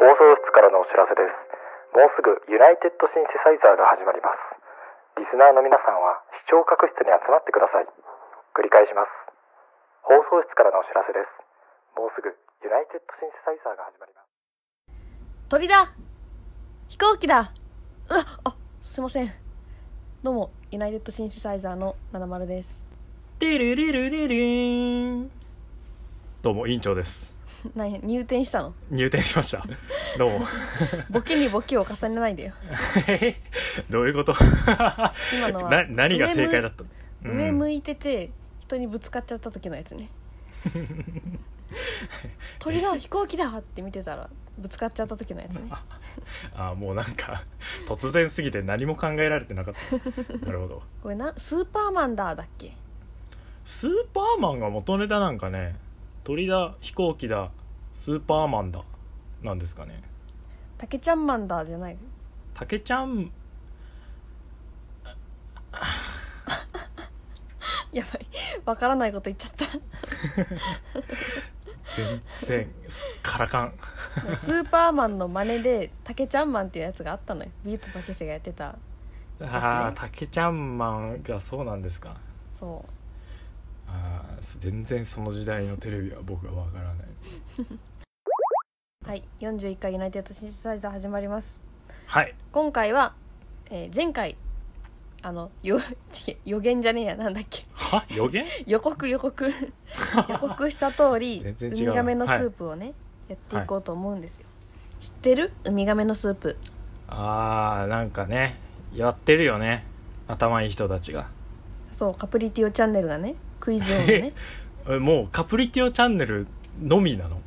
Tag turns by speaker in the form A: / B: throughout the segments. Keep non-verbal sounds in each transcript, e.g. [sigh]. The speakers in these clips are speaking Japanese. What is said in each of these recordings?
A: 放送室からのお知らせですもうすぐユナイテッドシンセサイザーが始まりますリスナーの皆さんは視聴覚室に集まってください繰り返します放送室からのお知らせですもうすぐユナイテッドシンセサイザーが始まります
B: 鳥だ飛行機だうわあすいませんどうもユナイテッドシンセサイザーの70です [laughs]
C: てるるるるるーんどうも委員長です
B: 何入店したの
C: 入店しま
B: [laughs]
C: したどうも [laughs]
B: ボケにボケを重ねないでよ
C: えーどういうこと
B: 今のは
C: [laughs] な何が正解だった
B: 上向
C: の
B: い上
C: い
B: 向いてて人にぶつかっちゃった時のやつ
C: [laughs]
B: ね鳥だ飛行機だって見てたらぶつかっちゃった時のやつね
C: あもうなんか突然すぎて何も考えられてな
B: [laughs]
C: かったなるほど
B: これなスーパーマンだだっけ
C: スーパーマンが元ネタなんかね鳥だ飛行機だスーパーマンだなんですかね
B: タケちゃんマンだじゃない
C: たけちゃん
B: やばいわからないこと言っちゃった
C: 全然すっから
B: [laughs]
C: かん
B: スーパーマンの真似で「たけちゃんマン」っていうやつがあったのよビートたけしがやってた
C: ああたけちゃんマンがそうなんですか
B: そ
C: あーす全然その時代のテレビは僕はわからない
B: うはい41回ユナイテッドシンセサイザー始まります
C: はい
B: 今回は、えー前回あのよ [laughs] 違う予言じゃねえやなんだっけ
C: は予言
B: 予告予
C: [laughs]
B: 告予告した通り
C: 全然
B: ウ
C: 違
B: ミ
C: うな
B: ガメのスープをね、やっていこうと思うんですよ、知ってるウミガメのスープ
C: [laughs] あーなんかねやってるよね頭いい人たちが
B: そうカプリティオチャンネルがねクイズを
C: [laughs]
B: ね
C: えもうカプリティオチャンネルのみなの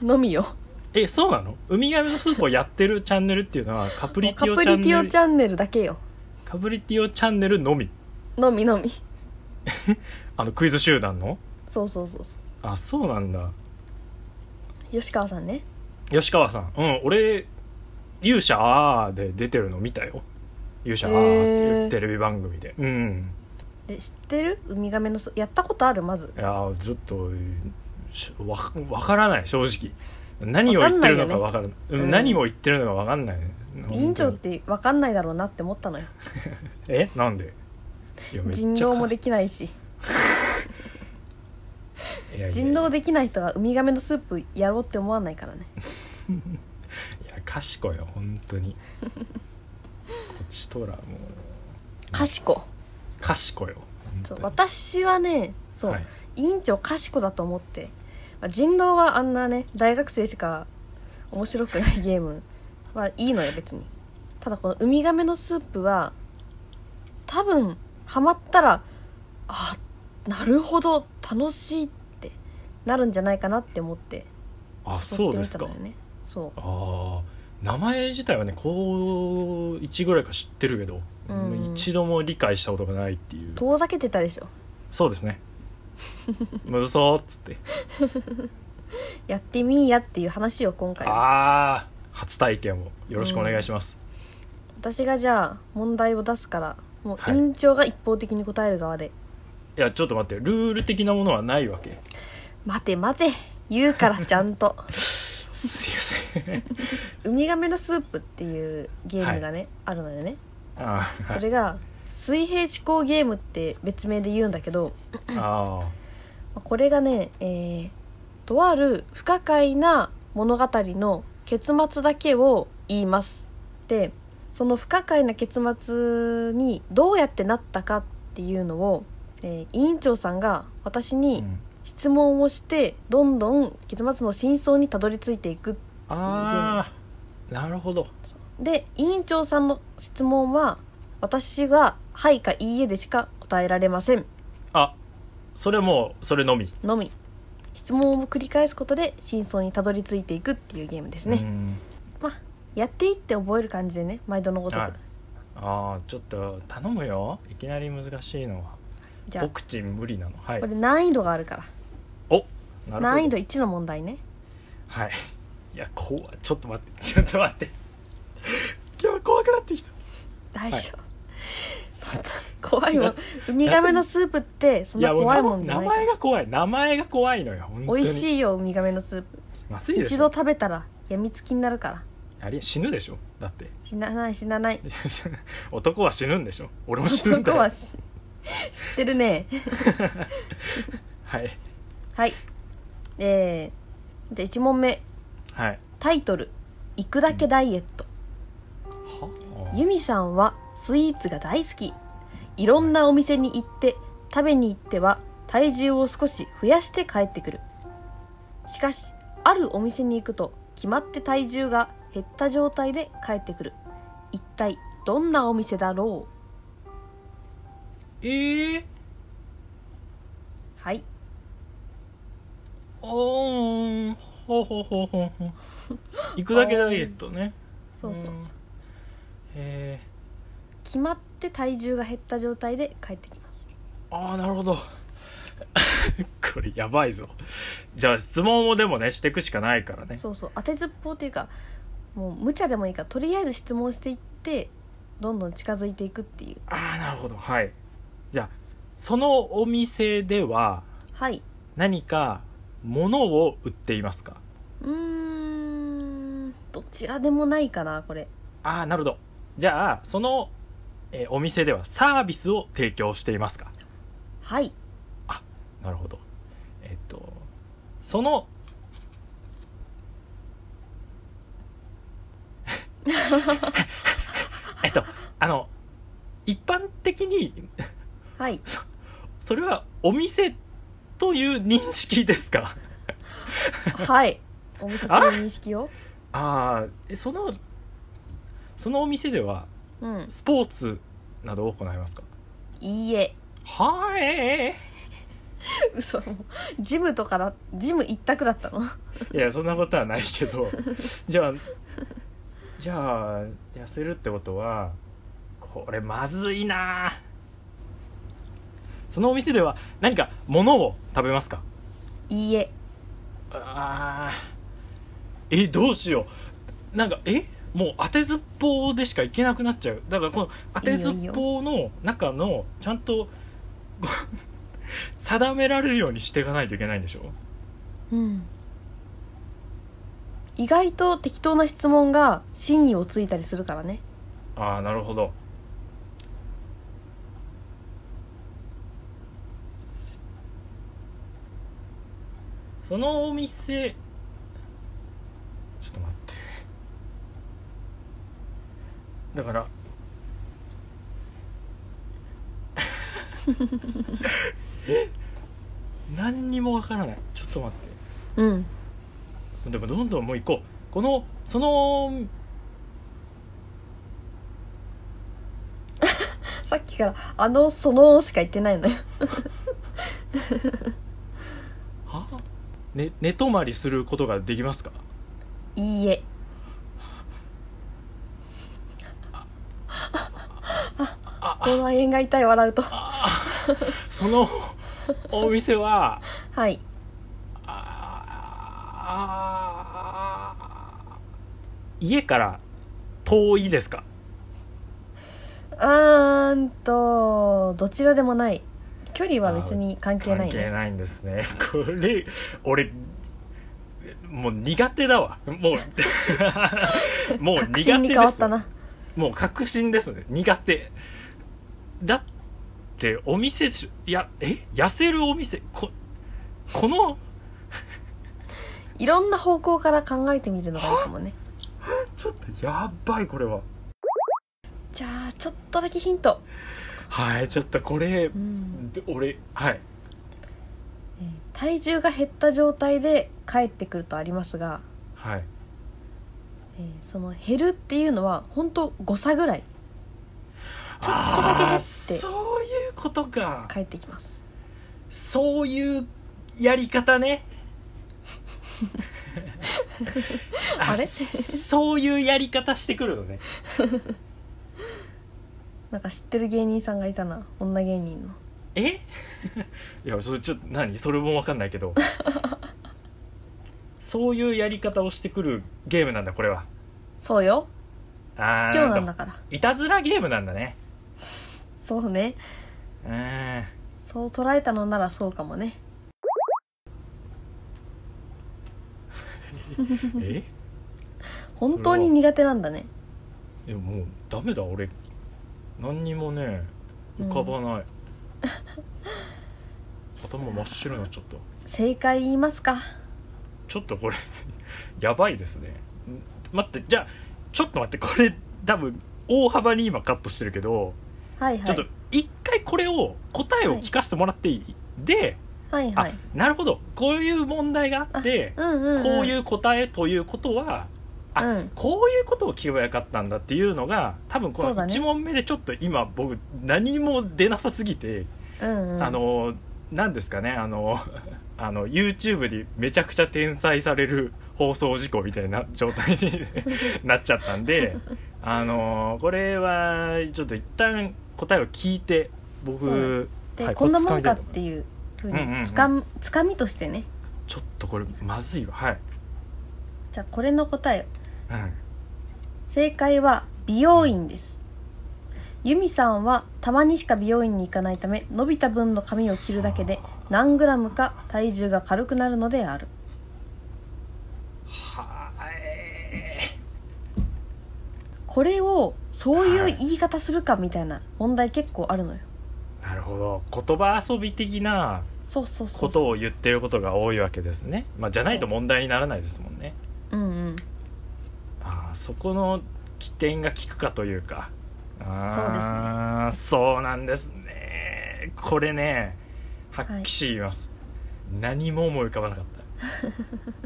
B: のみよ
C: えそうなのウミガメのスープをやってるチャンネルっていう [laughs] のはカプリテ
B: カ
C: ィオ
B: プ
C: チャ
B: リ
C: ン
B: テ
C: ネ
B: ィオ
C: ル
B: チャンネルだけよ
C: カプリティオチャンネルのみ
B: のみのみ
C: あのクイズ集団の
B: そうそうそうそ
C: あそうなんだ
B: う吉川さんね
C: 吉川さんうん俺勇者あーで出てるの見たよ勇者あーってい
B: へー
C: うテレビ番組でうん
B: え知ってるウミガメの巣やったことあるまず
C: いやーちょっとしわわからない正直何を言ってるのか
B: わ
C: わからない
B: うん
C: 何を言ってるのかわかんないね
B: 委員長っ
C: 本
B: て分かんないだろうなって思ったのよ
C: 当にえなんでいやめっちゃ
B: 人狼もできないし
C: いやいや
B: 人狼できない人はウミガメのスープやろうって思わないからね
C: いや賢いよ本
B: [laughs]
C: 当にこちとらもう
B: 賢
C: 賢いよ
B: そう
C: 本当に
B: 私はねそう、
C: はい
B: 委員長賢だと思って、まあ、人狼はあんなね大学生しか面白くないゲームはいいのよ別にただこのウミガメのスープは多分ハマったらあなるほど楽しいってなるんじゃないかなって思って
C: あ
B: 誘
C: そ
B: っ
C: う
B: て
C: で
B: み
C: す
B: た
C: か
B: のよねそう
C: ああ名前自体はね高1ぐらいから知ってるけど、
B: うん
C: 一度も理解したことがないっていう
B: 遠ざけてたでしょ
C: そうで
B: [laughs]
C: すねむずそうっつって
B: やってみーやっていう話を今回は
C: ああ初体験をよろしくお願いします、
B: 私がじゃあ問題を出すからもう
C: はい
B: 委員長が一方的に答える側で、
C: いやちょっと待ってルール的なものはないわけ
B: 待て待て言うからちゃんと [laughs]
C: すいません
B: ウミガメのスープっていうゲームがね、あるのよね
C: あー
B: それが水平思考ゲームって別名で言うんだけど
C: あ
B: まあこれがね、えーとある不可解な物語の結末だけを言いますでその不可解な結末にどうやってなったかっていうのを、えー委員長さんが私
C: ー、
B: に
C: うん
B: 質問をしてどんどん結末の真相にたどり着いていく
C: あーなるほど
B: で委員長さんの質問は私は「はい」か「いいえ」でしか答えられません
C: あそれもうそれのみ
B: のみ質問を繰り返すことで真相にたどり着いていくっていうゲームですね、
C: うん
B: まあやっていって覚える感じでね毎度のごとく、
C: はいああちょっと頼むよいきなり難しいのは
B: じゃあ
C: ボクチン無理なのはい
B: これ難易度があるから
C: おなるほど
B: 難易度1の問題ね
C: はいいや怖いちょっと待ってちょっと待って今日怖くなってきた
B: 大
C: い
B: 丈夫、そんな怖いもんウミガメのスープってそん
C: い
B: な
C: やもう
B: 怖いもんじゃ
C: 名
B: ないか
C: 前
B: ら
C: が怖い名前が怖いのよ本当
B: 美
C: に
B: 味しいよウミガメのスープ
C: まずいでしょ
B: 一度食べたら病みつきになるから
C: あれ死ぬでしょだって [laughs]
B: 死なない死なない
C: 男は死ぬんでしょ俺も死ぬんだ
B: 男
C: よ
B: はし知ってるね
C: はい
B: はいえー、じゃあ1問目
C: はい
B: タイトル「行くだけダイエット」
C: は
B: ユミさんはスイーツが大好きいろんなお店に行って食べに行っては体重を少し増やして帰ってくるしかしあるお店に行くと決まって体重が減った状態で帰ってくる一体どんなお店だろう
C: えー、
B: はい
C: おーんほうほうほうほうほう行くだけダイエットね
B: そうそうそう
C: うんえ
B: 決まって体重が減った状態で帰ってきます
C: ー、ああなるほど [laughs] これやばいぞじゃあ質問をでもねしていくしかないからね
B: そうそう当てずっぽうというかもう無茶でもいいからとりあえず質問していってどんどん近づいていくっていう
C: ああなるほどはいじゃあそのお店では
B: はい
C: 何か物を売っていますか
B: うーんどちらでもないかなこれ
C: ああなるほどじゃあその、えーお店ではサービスを提供していますか
B: はい
C: なるほどえっとその [laughs] えっとあの一般的に
B: はい [laughs]
C: それはお店という認識ですか
B: はいお店という認識を
C: ああそのそのお店では
B: うん
C: スポーツなどを行いますか
B: いいえ
C: はえ
B: 嘘もうジムとかだジム一択だったの
C: いやそんなことはないけど [laughs] じゃあじゃあ痩せるってことはこれまずいなあそのお店では何か物を食べますか
B: いいえ
C: あーえどうしようなんかえもう当てずっぽうでしかいけなくなっちゃうだからこの当てずっぽうの中のちゃんとこう定められるようにしていかないといけないんでしょ
B: うん意外と適当な質問が真意をついたりするからね
C: ああなるほどそのお店ちょっと待ってだからえ何にもわからないちょっと待って
B: うん
C: でもどんどんもう行こうこのその
B: さっきから「あのその」しか言ってないのよ
C: はね、寝泊まりすることができますか
B: いいえ
C: あ
B: 口内炎が痛い笑うと
C: あそのお店は
B: はい
C: ああ家から遠いですか
B: うーんとどちらでもない距離は別に関係ない
C: 関係
B: ね
C: ないんですねこれ俺もう苦手だわ
B: [laughs]
C: もうもう苦
B: 確
C: 手
B: 信に
C: で
B: 変わっ
C: す
B: たな
C: もう確信ですね苦手だってお店でしょいやえ痩せるお店こ
B: [laughs]
C: この
B: いろんな方向から考えてみるのがいいかも
C: [laughs]
B: ね
C: ちょっとやばいこれは
B: じゃあちょっとだけヒント、
C: はいちょっとこれ
B: うん
C: で俺はい
B: えー体重が減った状態で帰ってくるとありますが、
C: はい
B: えーその減るっていうのは本当誤差ぐらいちょっとだけ減
C: あー
B: って
C: そういうことか
B: 帰ってきます
C: そういうやり方ね
B: [laughs] あれ
C: そういうやり方してくるのね
B: なんか知ってる芸人さんがいたな女芸人の
C: え [laughs] いやそれちょっと何それも分かんないけどそういうやり方をしてくるゲームなんだこれは
B: そうよ今
C: ああ
B: 日なんだから
C: いたずらゲームなんだね
B: そうね
C: うーん
B: そう捉えたのならそうかもね [laughs]
C: え
B: 本当に苦手なんだね
C: いやもうダメだ俺何にもね浮かばない、 [laughs] 頭真っ白になっちゃった
B: 正解言いますか
C: ちょっとこれ [laughs] やばいですねん待ってじゃあちょっと待ってこれ多分大幅に今カットしてるけど、
B: はいは
C: ちょっと
B: い
C: 一回これを答えを聞かせてもらっていい、で、
B: はいはい
C: あなるほどこういう問題があって
B: うんうん、うん、
C: こういうう答えということはあ、
B: うん
C: こういうことを聞けばよかったんだっていうのが多分こ
B: そうだ
C: の
B: ね
C: 1問目でちょっと今僕何も出なさすぎて、
B: んうん
C: あの何ですかねあの [laughs] あの YouTube でめちゃくちゃ転載される放送事故みたいな状態に [laughs] なっちゃったんであのこれはちょっと一旦答えを聞いて
B: そう
C: 僕
B: で、
C: はい
B: こんなもんかっていうふう
C: うんうんうん
B: につか,、んつかみとしてね
C: ちょっとこれまずいわはい、
B: じゃあこれの答え
C: うん
B: 正解は美容院です由美さんはたまにしか美容院に行かないため伸びた分の髪を切るだけで何グラムか体重が軽くなるのである
C: はーい
B: これをそういう言い方するかみたいな問題結構あるのよ
C: なるほど言葉遊び的な
B: そうそうそ
C: こ
B: うそう
C: とを言ってることが多いわけですね、まあ、じゃないと問題にならないですもんね
B: うんうん
C: あーそこの起点が効くかというかあーそうなんですねこれねはっきり言います、何も思い浮かばなかっ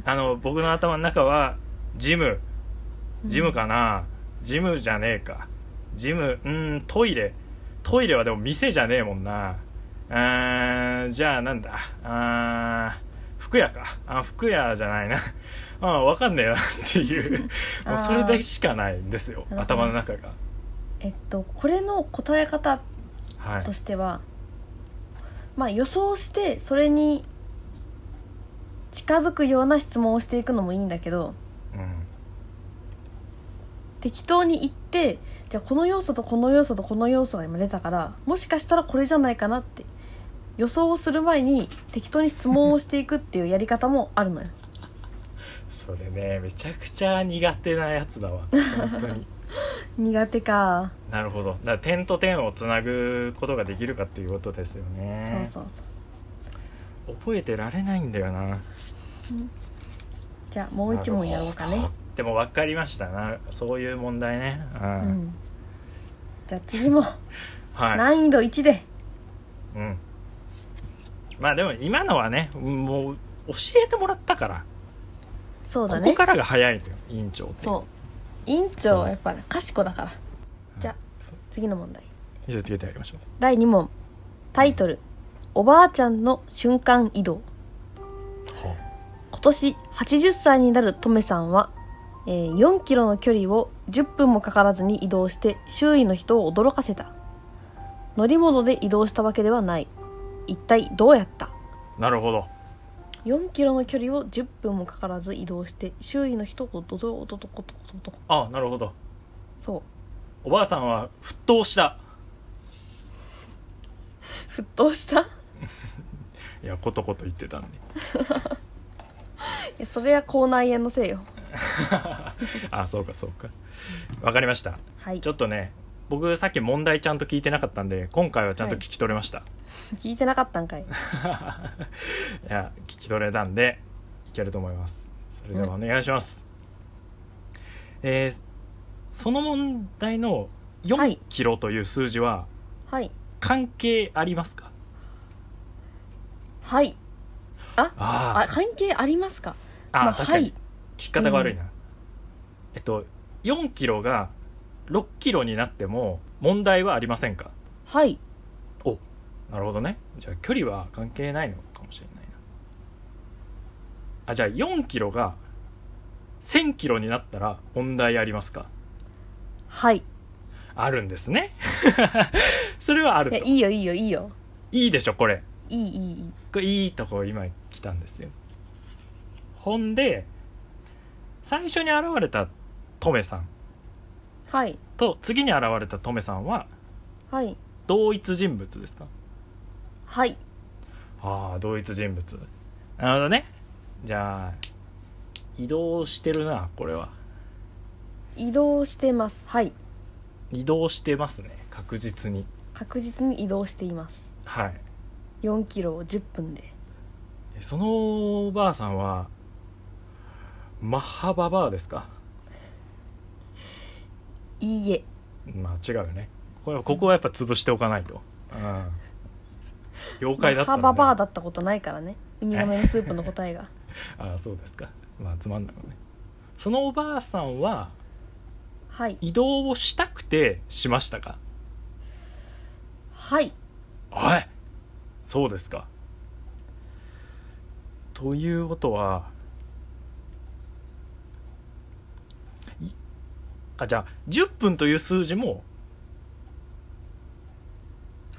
C: た [laughs] あの僕の頭の中はジムジムかな、ジムじゃねえかジムうんトイレトイレはでも店じゃねえもんなうーんじゃあなんだあー服屋かあ服屋じゃない [laughs] なあ分かんねえな [laughs] っていう
B: [laughs] あー
C: もうそれだけしかないんですよ
B: なるほど
C: 頭の中が
B: えっとこれの答え方
C: はい
B: としては、まあ予想してそれに近づくような質問をしていくのもいいんだけど
C: うん
B: 適当に言ってじゃあこの要素とこの要素とこの要素が今出たからもしかしたらこれじゃないかなって予想をする前に適当に質問をしていくっていうやり方もある
C: [laughs]
B: のよ
C: それねめちゃくちゃ苦手なやつだわ本
B: [laughs]
C: 当に
B: 苦手か
C: なるほどだから点と点をつなぐことができるかっていうことですよね
B: そうそうそうそう
C: 覚えてられないんだよな
B: じゃあもう一問やろうか
C: な
B: ね
C: るほどでも分かりましたなそういう問題ねうん、
B: うんじゃあ次も
C: はい、
B: 難易度1で
C: うん、まあでも今のはねもう教えてもらったから、
B: そうだ
C: こ
B: ね
C: こからが早いのよ委員長って
B: そう院長はやっぱね賢だからじゃあ次の問題
C: 見せつけてあげましょう
B: 第2問タイトル「おばあちゃんの瞬間移動」今年80歳になるトメさんは、えー4キロの距離を10分もかからずに移動して周囲の人を驚かせた乗り物で移動したわけではない一体どうやった
C: なるほど
B: 4キロの距離を10分もかからず移動して周囲の人をドドドドコドコドコ
C: あなるほど
B: そう
C: おばあさんは沸騰した
B: 沸騰したい
C: いやことこと言ってたんで
B: やそれは口内炎のせいよ
C: あそうかそうか分かりました
B: はい
C: ちょっとね僕さっき問題ちゃんと聞いてなかったんで今回はちゃんと聞き取れました、
B: 聞いてなかったん
C: [laughs]
B: かい
C: いや聞き取れたんでいけると思いますそれではお願いします、えーその問題の
B: はい
C: 4キロという数字は
B: はい
C: 関係ありますか、
B: はいあ
C: あ
B: 関係ありますか
C: あ、あー、
B: まあ
C: 確か
B: は
C: に
B: い
C: 聞き方が悪いな、えっと4キロが6キロになっても問題はありませんか
B: はい
C: なるほどねじゃあ距離は関係ないのかもしれないなあじゃあ4キロが1000キロになったら問題ありますか
B: はい
C: あるんですね [laughs] それはある
B: い
C: と
B: やいいよいいよいいよ
C: いいでしょこれ
B: いいいいいい
C: これいいとこ今来たんですよほんで最初に現れたトメさん
B: はい
C: と次に現れたトメさんは
B: はい
C: 同一人物ですか
B: はい
C: ああ同一人物なるほどねじゃあ移動してるなこれは
B: 移動してますはい
C: 移動してますね確実に
B: 確実に移動しています
C: はい
B: 4キロを10分で
C: えそのおばあさんはマッハババアですか
B: いいえ
C: まあ違うよねこれここはやっぱ潰しておかないと、うん、妖怪だった
B: ハ
C: らね
B: ババアだったことないからねウミガメのスープの答えが
C: ああそうですかまあつまんないわねそのおばあさんは
B: はい
C: 移動をしたくてしましたか
B: はい
C: はいそうですかということいあじゃあ10分という数字も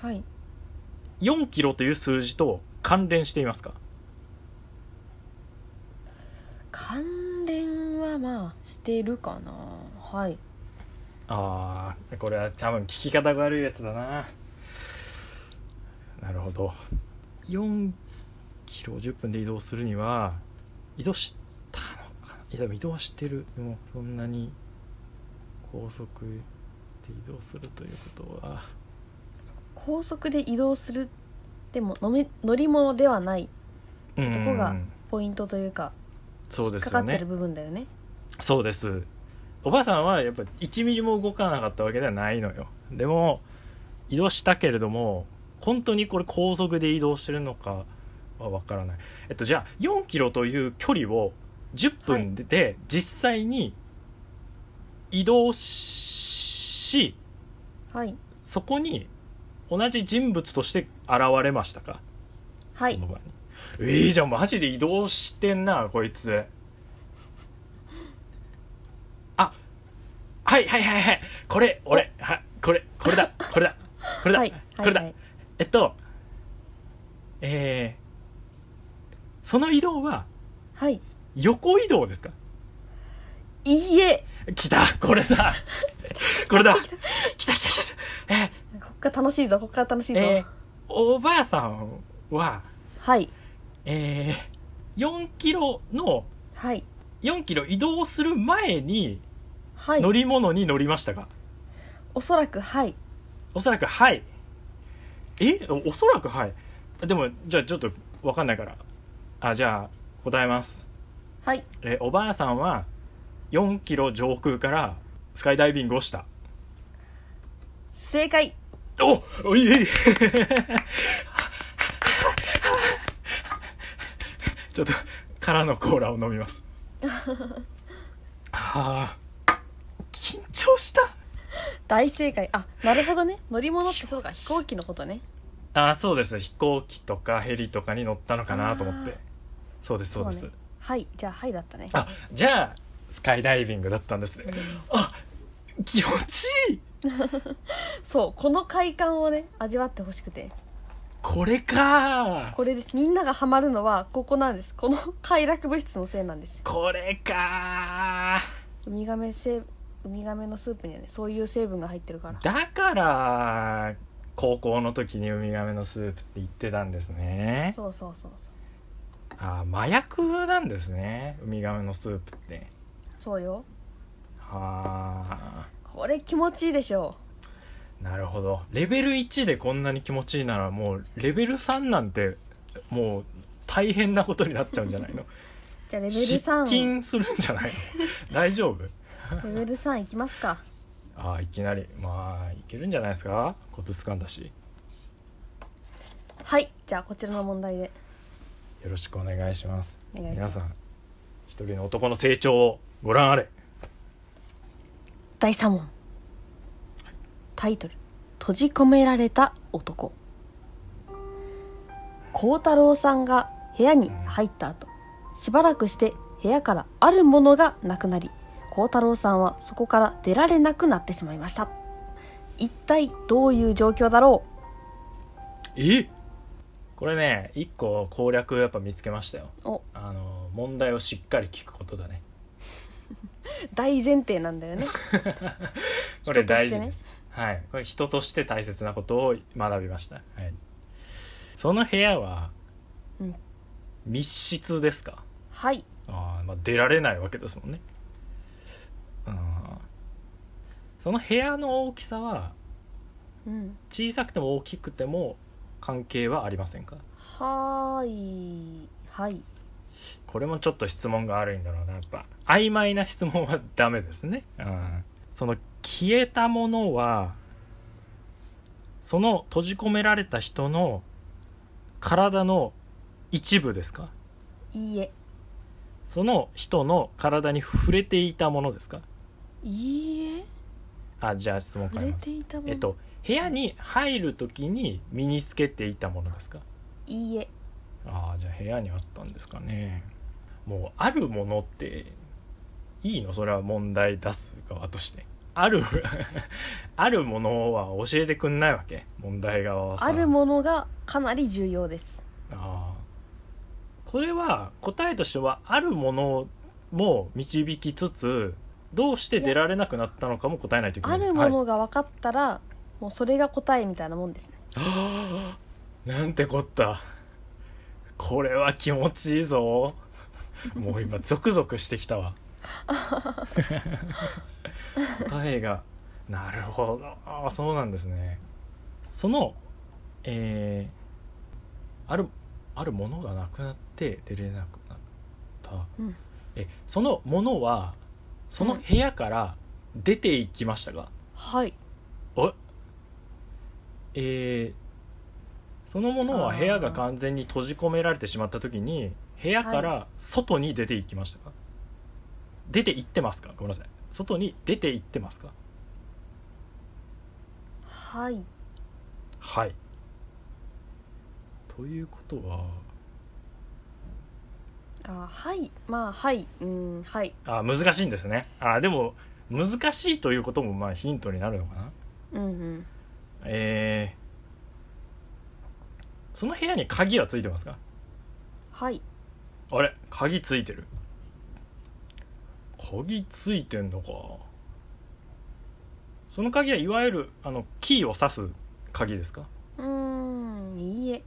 B: はい
C: 4キロという数字と関連していますか
B: 関連はまあしてるかなはい
C: ああこれは多分聞き方が悪いやつだななるほど4キロを10分で移動するには移動したのかないやでも移動はしてるでもそんなに高速で移動するということは
B: 高速で移動するでも乗め乗り物ではない
C: ど
B: こがポイントというか
C: そう
B: 引
C: で
B: っか
C: す
B: か
C: よ
B: って
C: ね
B: る部分だよね
C: そうですおばあさんはやっぱ1ミリも動かなかったわけではないのよでも移動したけれども本当にこれ高速で移動してるのかはわからないえっとじゃあ4キロという距離を10分でで実際に移動し、
B: はい
C: そこに同じ人物として現れましたか
B: は
C: こ
B: い
C: の場にえー、じゃあマジで移動してんなこいつあはいはいはいはいこれ俺はこれこれだこれだこれだ、
B: はい
C: こ
B: はい
C: れだ、
B: はい
C: えっとえー、その移動は
B: はい
C: 横移動ですか
B: いいえ
C: 来たこ
B: [laughs]
C: れだこれだ
B: 来た
C: 来た来た来た来たえ
B: こっから楽しいぞこっから楽しいぞ、
C: えーおばあさんは
B: はい
C: えー、4キロの
B: はい
C: 4キロ移動する前に
B: はい
C: 乗り物に乗りましたか、
B: おそらくはい
C: おそらくはいえおおそらくはいでもじゃあちょっと分かんないからあじゃあ答えます
B: はい
C: えおばあさんは4キロ上空からスカイダイビングをした
B: 正解
C: おおい [laughs] えいちょっとからのコーラを飲
B: [laughs]
C: みますはあ緊張した
B: 大正解あなるほどね乗り物ってそうか飛行機のことね
C: あーそうです飛行機とかヘリとかに乗ったのかなと思って
B: あー
C: そうですそうです
B: そうねはいじゃあはいだったね
C: あじゃあスカイダイビングだったんですね、あ気持ちいい
B: そうこの快感をね味わってほしくて
C: これか
B: これですみんながハマるのはここなんですこの快楽物質のせいなんです
C: これか
B: ウミガメせウミガメのスープにはねそういう成分が入ってるから
C: だから高校の時にウミガメのスープって言ってたんですね
B: そうそうそうそう
C: あー麻薬なんですねウミガメのスープって
B: そうよ
C: はあ
B: これ気持ちいいでしょ
C: なるほどレベル1でこんなに気持ちいいならもうレベル3なんてもう大変なことになっちゃうんじゃないの
B: うじゃあレベル
C: 失
B: 3
C: 禁するんじゃないの [laughs] 大丈夫
B: レベル3いきますか
C: ああいきなりまあいけるんじゃないですかコツつかんだし
B: はいじゃあこちらの問題で
C: よろしくお願いします
B: お願いしま
C: 皆
B: す
C: さん一人の男の成長をご覧あれ
B: 第3問タイトル「閉じ込められた男」幸太郎さんが部屋に入った後しばらくして部屋からあるものがなくなり幸太郎さんはそこから出られなくなってしまいました一体どういう状況だろ
C: えこれね一個攻略やっぱ見つけましたよ
B: うお
C: あの問題をしっかり聞くことだね
B: 大前提なんだよ [laughs] ね
C: これ
B: 人としてね
C: 大事です、はいこれ人として大切なことを学びました、はい、その部屋は
B: うん
C: 密室ですか
B: はい
C: あー、まあ、出られないわけですもんねうんその部屋の大きさは
B: うん
C: 小さくても大きくても関係はありませんか
B: はーいはい
C: これもちょっと質問が悪いんだろうなやっぱ曖昧な質問はダメですね、うん、その消えたものはその閉じ込められた人の体の一部ですか
B: いいえ
C: その人の体に触れていたものですか
B: いいえ
C: あじゃあ質問
B: 触
C: 変
B: れ
C: えます
B: ていたもの、
C: えっと部屋に入る時に身につけていたものですか
B: いいえ
C: ああじゃあ部屋にあったんですかねもうあるものっていいのそれは問題出す側としてある [laughs] あるものは教えてくんないわけ問題側はさ
B: あるものがかなり重要です
C: あーこれは答えとしてはあるものも導きつつどうして出られなくなったのかも答えないといけな
B: あ
C: いんで
B: る
C: す
B: も
C: はい
B: のが分かったら、もうそれが答えみたいなもんですね
C: はあ [gasps] なんてこったこれは気持ちいいぞもう今ゾクゾクしてきたわ答えがなるほどあそうなんですねそのえーあるあるものがなくなって出れなくなった、
B: うん
C: えそのものはその部屋から出ていきましたか、
B: はい
C: おえーそのものは部屋が完全に閉じ込められてしまった時に部屋から外に出ていきましたか、出て行ってますかごめんなさい外に出て行ってますか
B: はい
C: はいということは
B: あはいまあはいうんはい
C: あ難しいんですねあでも難しいということもまあヒントになるのかな
B: うんうん
C: えーその部屋に鍵はついてますか
B: はい
C: あれ鍵ついてる鍵ついてんのかその鍵はいわゆるあのキーを挿す鍵ですか
B: うーんいいえ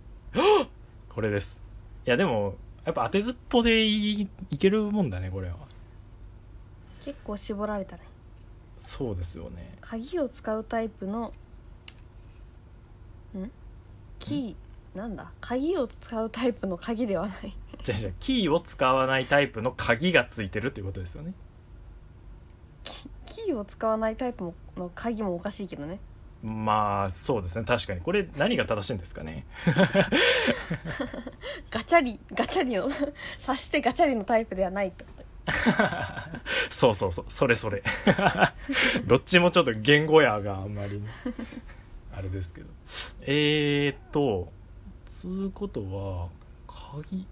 C: これですいやでもやっぱ当てずっぽでいいけるもんだねこれは
B: 結構絞られたね
C: そうですよね
B: 鍵を使うタイプのんキーなんだ鍵を使うタイプの鍵ではない [laughs]
C: じゃあじゃあキーを使わないタイプの鍵がついてるっていうことですよね
B: キーを使わないタイプもの鍵もおかしいけどね
C: まあそうですね確かにこれ何が正しいんですかね
B: ガチャリガチャリの [laughs] 刺してガチャリのタイプではないってこと
C: そうそうそうそれそれ [laughs] どっちもちょっと言語やがあんまりねあれですけどえー、っとつうことは鍵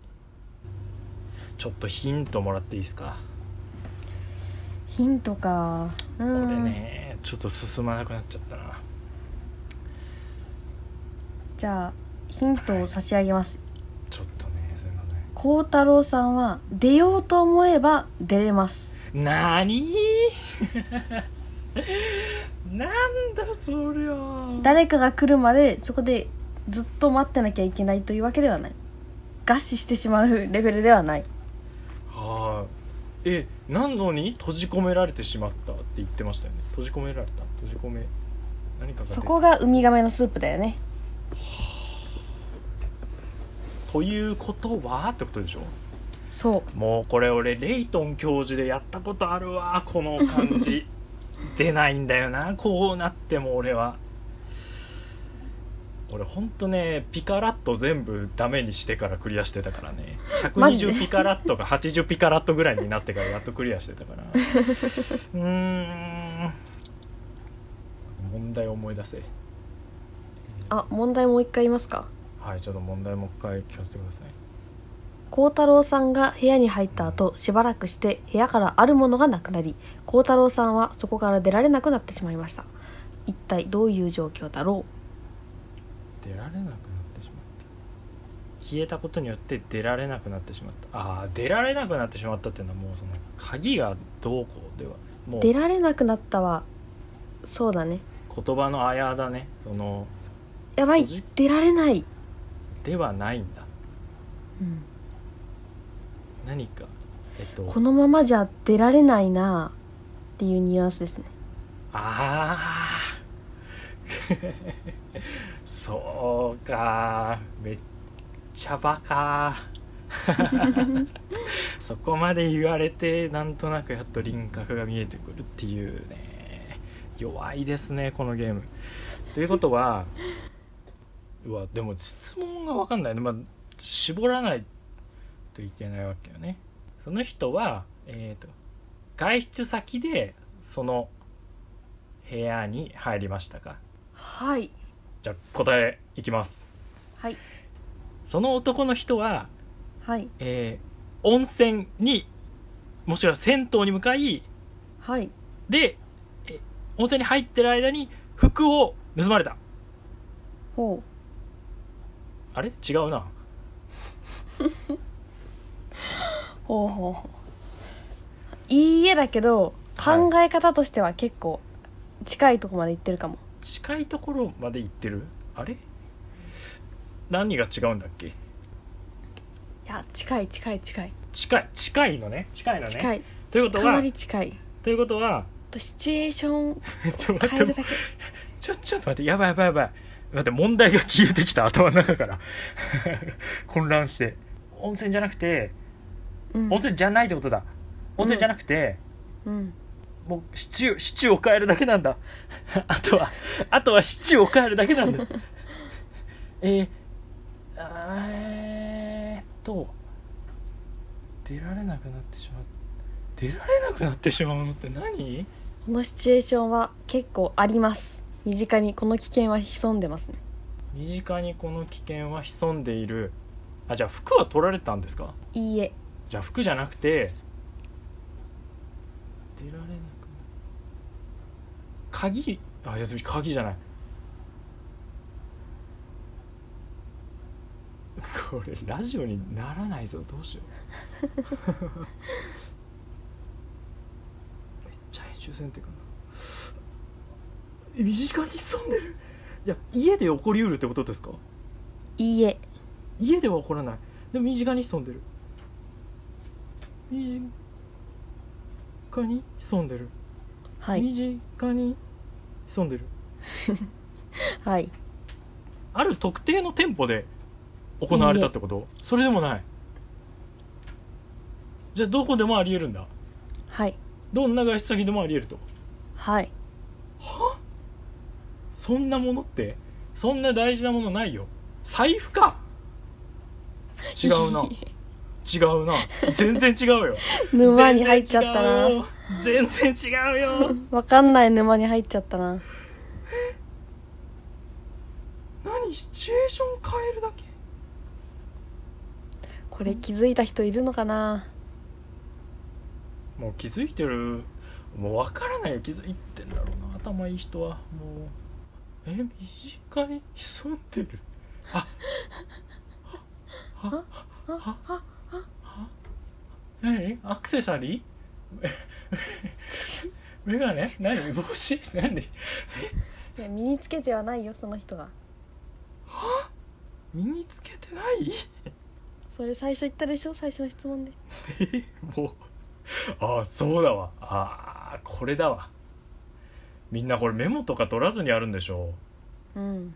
C: ちょっとヒントもらっていいですか
B: ヒントかう
C: これ
B: ん
C: ねちょっと進まなくなっちゃったな
B: じゃあヒントを差し上げます
C: ちょっとねすいません
B: 孝太郎さんは出ようと思えば出れます
C: なに [laughs] なんだそりゃ
B: 誰かが来るまでそこでずっと待ってなきゃいけないというわけではない餓死してしまうレベルではない
C: はい、えなのに閉じ込められてしまったって言ってましたよね閉じ込められた閉じ込め何かが出て
B: そこがウミガメのスープだよね
C: ということはってことでしょ
B: そう
C: もうこれ俺レイトン教授でやったことあるわこの感
B: [laughs]
C: じ出ないんだよなこうなっても俺は俺ほんとねピカラット全部ダメにしてからクリアしてたからね
B: マジで
C: 120ピカラットか80ピカラットぐらいになってからやっとクリアして
B: [laughs]
C: たからうーん問題思い出せ
B: あ問題もう一回言いますか
C: はいちょっと問題もう一回聞かせてください
B: 孝太郎さんが部屋に入った後しばらくして部屋からあるものがなくなり孝太郎さんはそこから出られなくなってしまいました一体どういう状況だろ
C: 出られなくなってしまった消えたことによって出られなくなってしまったああ出られなくなってしまったっていうのはもうその鍵がどうこうでは
B: う
C: もう
B: 出られなくなったはそうだね
C: 言葉のあやだねその
B: やばい
C: 閉じ
B: 出られない、
C: ではないんだ
B: うん、
C: 何かえっと
B: このままじゃ出られないなっていうニュアンス [laughs] ですね
C: ああ [laughs] そうかめっちゃバカそこまで言われてなんとなくやっと輪郭が見えてくるっていうね弱いですねこのゲームということは [laughs] うわでも質問が分かんないね、まあ、絞らないといけないわけよねその人は、えー、と外出先でその部屋に入りましたか
B: はい
C: じゃあ答えいきます
B: はい
C: その男の人は、
B: はい
C: えー温泉にもしくは銭湯に向かい
B: はい
C: でえ温泉に入ってる間に服を盗まれた
B: ほ
C: あれ違うな
B: うほうほうほういいえだけど
C: はい
B: 考え方としては結構近いとこまで行ってるかも、
C: 近いところまで行ってるあれ何が違うんだっけ
B: い、や近い近い近い
C: 近い近いのね近いのね
B: 近い
C: ということ
B: かな
C: は
B: り近い
C: ということは
B: あとシチュエーション
C: [laughs] ちょっと
B: 変え
C: 待
B: る
C: って
B: だけ
C: ちょちょっと待ってやばいやばいやばい待って問題が消えてきた頭の中から [laughs] 混乱して温泉じゃなくて
B: うん
C: 温泉じゃないってことだ温泉じゃなくて、
B: うん
C: もうシチューシチューを変えるだけなんだ [laughs] あとはあとはシチューを変えるだけなんだ [laughs] えー、あーえーっと出られなくなってしまう出られなくなってしまうのって何
B: このシチュエーションは結構あります身近にこの危険は潜んでますね
C: 身近にこの危険は潜んでいるあじゃあ服は取られたんですか
B: いいえ
C: じゃあ服じゃなくて出られなくなる鍵あいや鍵じゃないこれラジオにならないぞどうしようめっちゃ編集せんてくんなえ身近に潜んでるいや家で起こりうるってことですか
B: いいえ
C: 家では起こらないでも身近に潜んでる身近に潜んでる、
B: はい
C: 身近に潜んでる
B: はい
C: ある特定の店舗で行われたってことそれでもないじゃあどこでもありえるんだ
B: はい
C: どんな外出先でもありえると
B: はい
C: そんなものってそんな大事なものないよ財布か違うな違うな全然違うよ
B: 沼に入っちゃったな
C: 全然違う
B: [laughs]
C: よ
B: わかんない沼に入っちゃったな
C: 何シチュエーション変えるだけ
B: これ気づいた人いるのかな
C: もう気づいてるもう分からないよ気づいてんだろうな頭いい人はもうえ身近に潜んでるあははは
B: あ
C: は何アクセサリーえ [laughs] メガネ何帽子何
B: いや身につけてはないよその人が
C: 身につけてない
B: それ最初言ったでしょ最初の質問で
C: え [laughs] もうああそうだわああこれだわみんなこれメモとか取らずにあるんでしょ
B: うん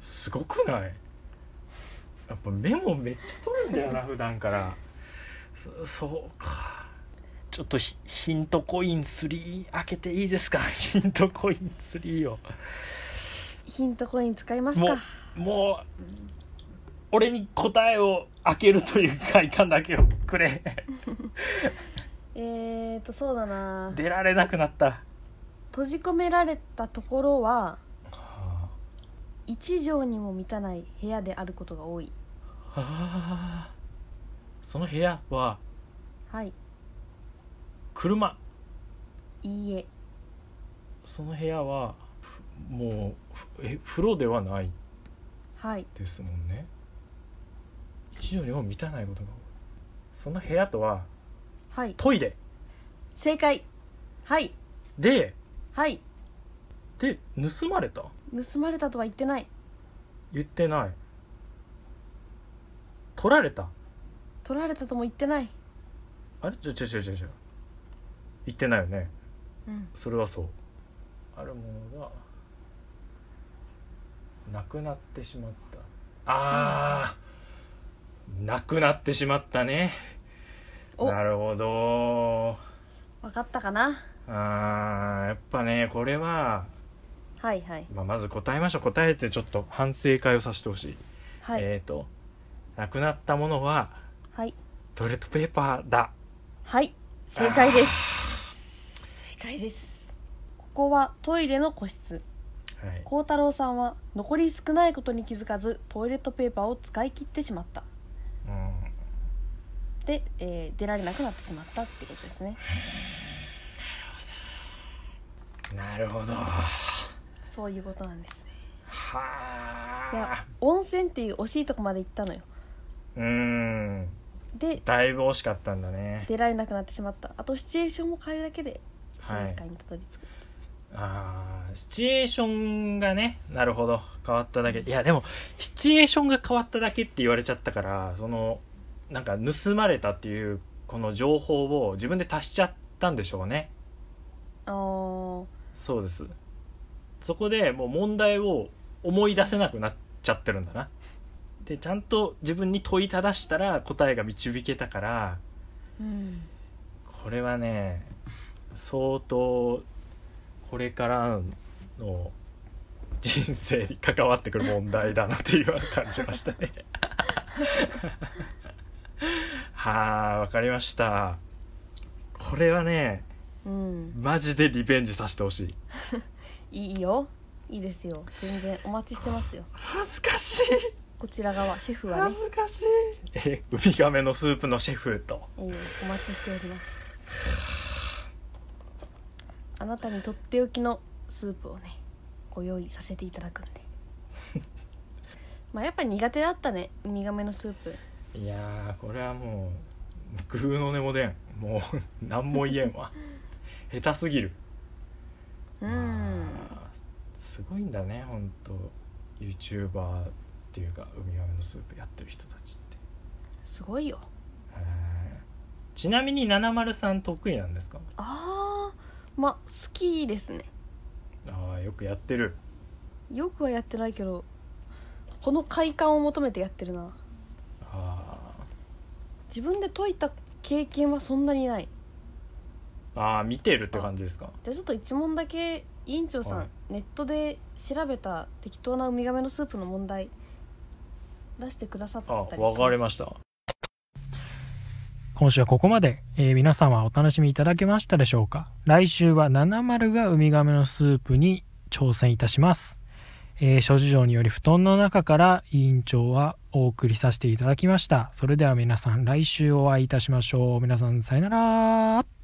C: すごくないやっぱメモめっちゃ取るんだ [laughs] よな普段からそそうかちょっとヒヒントコイン3開けていいですか [laughs] ヒントコイン3を
B: ヒントコイン使います
C: も
B: か
C: うもう俺に答えを開けるという快感だけをくれ
B: えーとそうだな
C: 出られなくなった
B: 閉じ込められたところは1畳にも満たない部屋であることが多い
C: はあその部屋は
B: はい
C: 車
B: いいえ
C: その部屋はふもうふえ風呂ではない
B: はい
C: ですもんね一条にも満たないことが多いその部屋とは
B: はい
C: トイレ
B: 正解はい
C: で
B: はい
C: で盗まれた
B: 盗まれたとは言ってない
C: 言ってない取られた
B: 取られたとも言ってない
C: あれちょちょちょちょちょ言ってないよね
B: うん
C: それはそうあるものがなくなってしまったあー、なくなってしまったね
B: お
C: なるほど
B: 分かったかな
C: あーやっぱねこれは、
B: はいはい
C: まあ、まず答えましょう答えてちょっと反省会をさせてほしい、
B: はい、
C: えっ、となくなったものは
B: はい
C: トイレットペーパーだ
B: はい正解です正解ですここはトイレの個室
C: はい
B: 幸太郎さんは残り少ないことに気づかずトイレットペーパーを使い切ってしまった
C: うん
B: で、えー出られなくなってしまったってことですね
C: なるほど
B: そういうことなんですい
C: は
B: や温泉っていう惜しいとこまで行ったのよ
C: ーうん
B: で
C: だいぶ惜しかったんだね
B: 出られなくなってしまったあとシチュエーションも変えるだけで正
C: はい
B: 解にたどり着く、
C: あーシチュエーションがねなるほど変わっただけいやでもシチュエーションが変わっただけって言われちゃったからそのなんか盗まれたっていうこの情報を自分で足しちゃったんでしょうね
B: あー
C: そうですそこでもう問題を思い出せなくなっちゃってるんだなでちゃんと自分に問いただしたら答えが導けたから
B: うん
C: これはね相当これからの人生に関わってくる問題だなっていうのは感じました [laughs] ねはあわかりましたこれはね
B: うん
C: マジでリベンジさせてほしい
B: いいよいいですよ全然お待ちしてますよ
C: 恥ずかしい
B: こちら側シェフはね
C: 恥、ずかしいえウミガメのスープのシェフと
B: えーお待ちしておりますあなたにとっておきのスープをねご用意させていただくん [laughs] でまあやっぱ苦手だったねウミガメのスープ
C: いやーこれはもう空の根も出んもう何も言えん [laughs] わ下手すぎる
B: うん
C: まあすごいんだね本当 YouTuber っていうかウミガメのスープやってる人たちって
B: すごいよ
C: へーちなみに70さん得意なんですか
B: あーまあ好きですね
C: ああよくやってる
B: よくはやってないけどこの快感を求めてやってるな
C: あ
B: 自分で解いた経験はそんなにない
C: ーあー見てるって感じですか
B: じゃあちょっと1問だけ委員長さん、
C: はい
B: ネットで調べた適当なウミガメのスープの問題出してくださった
C: あ
B: りします
C: わかりました
D: 今週はここまで、えー皆さんはお楽しみいただけましたでしょうか来週は70がウミガメのスープに挑戦いたします、えー諸事情により布団の中から委員長はお送りさせていただきましたそれでは皆さん来週お会いいたしましょう皆さんさよなら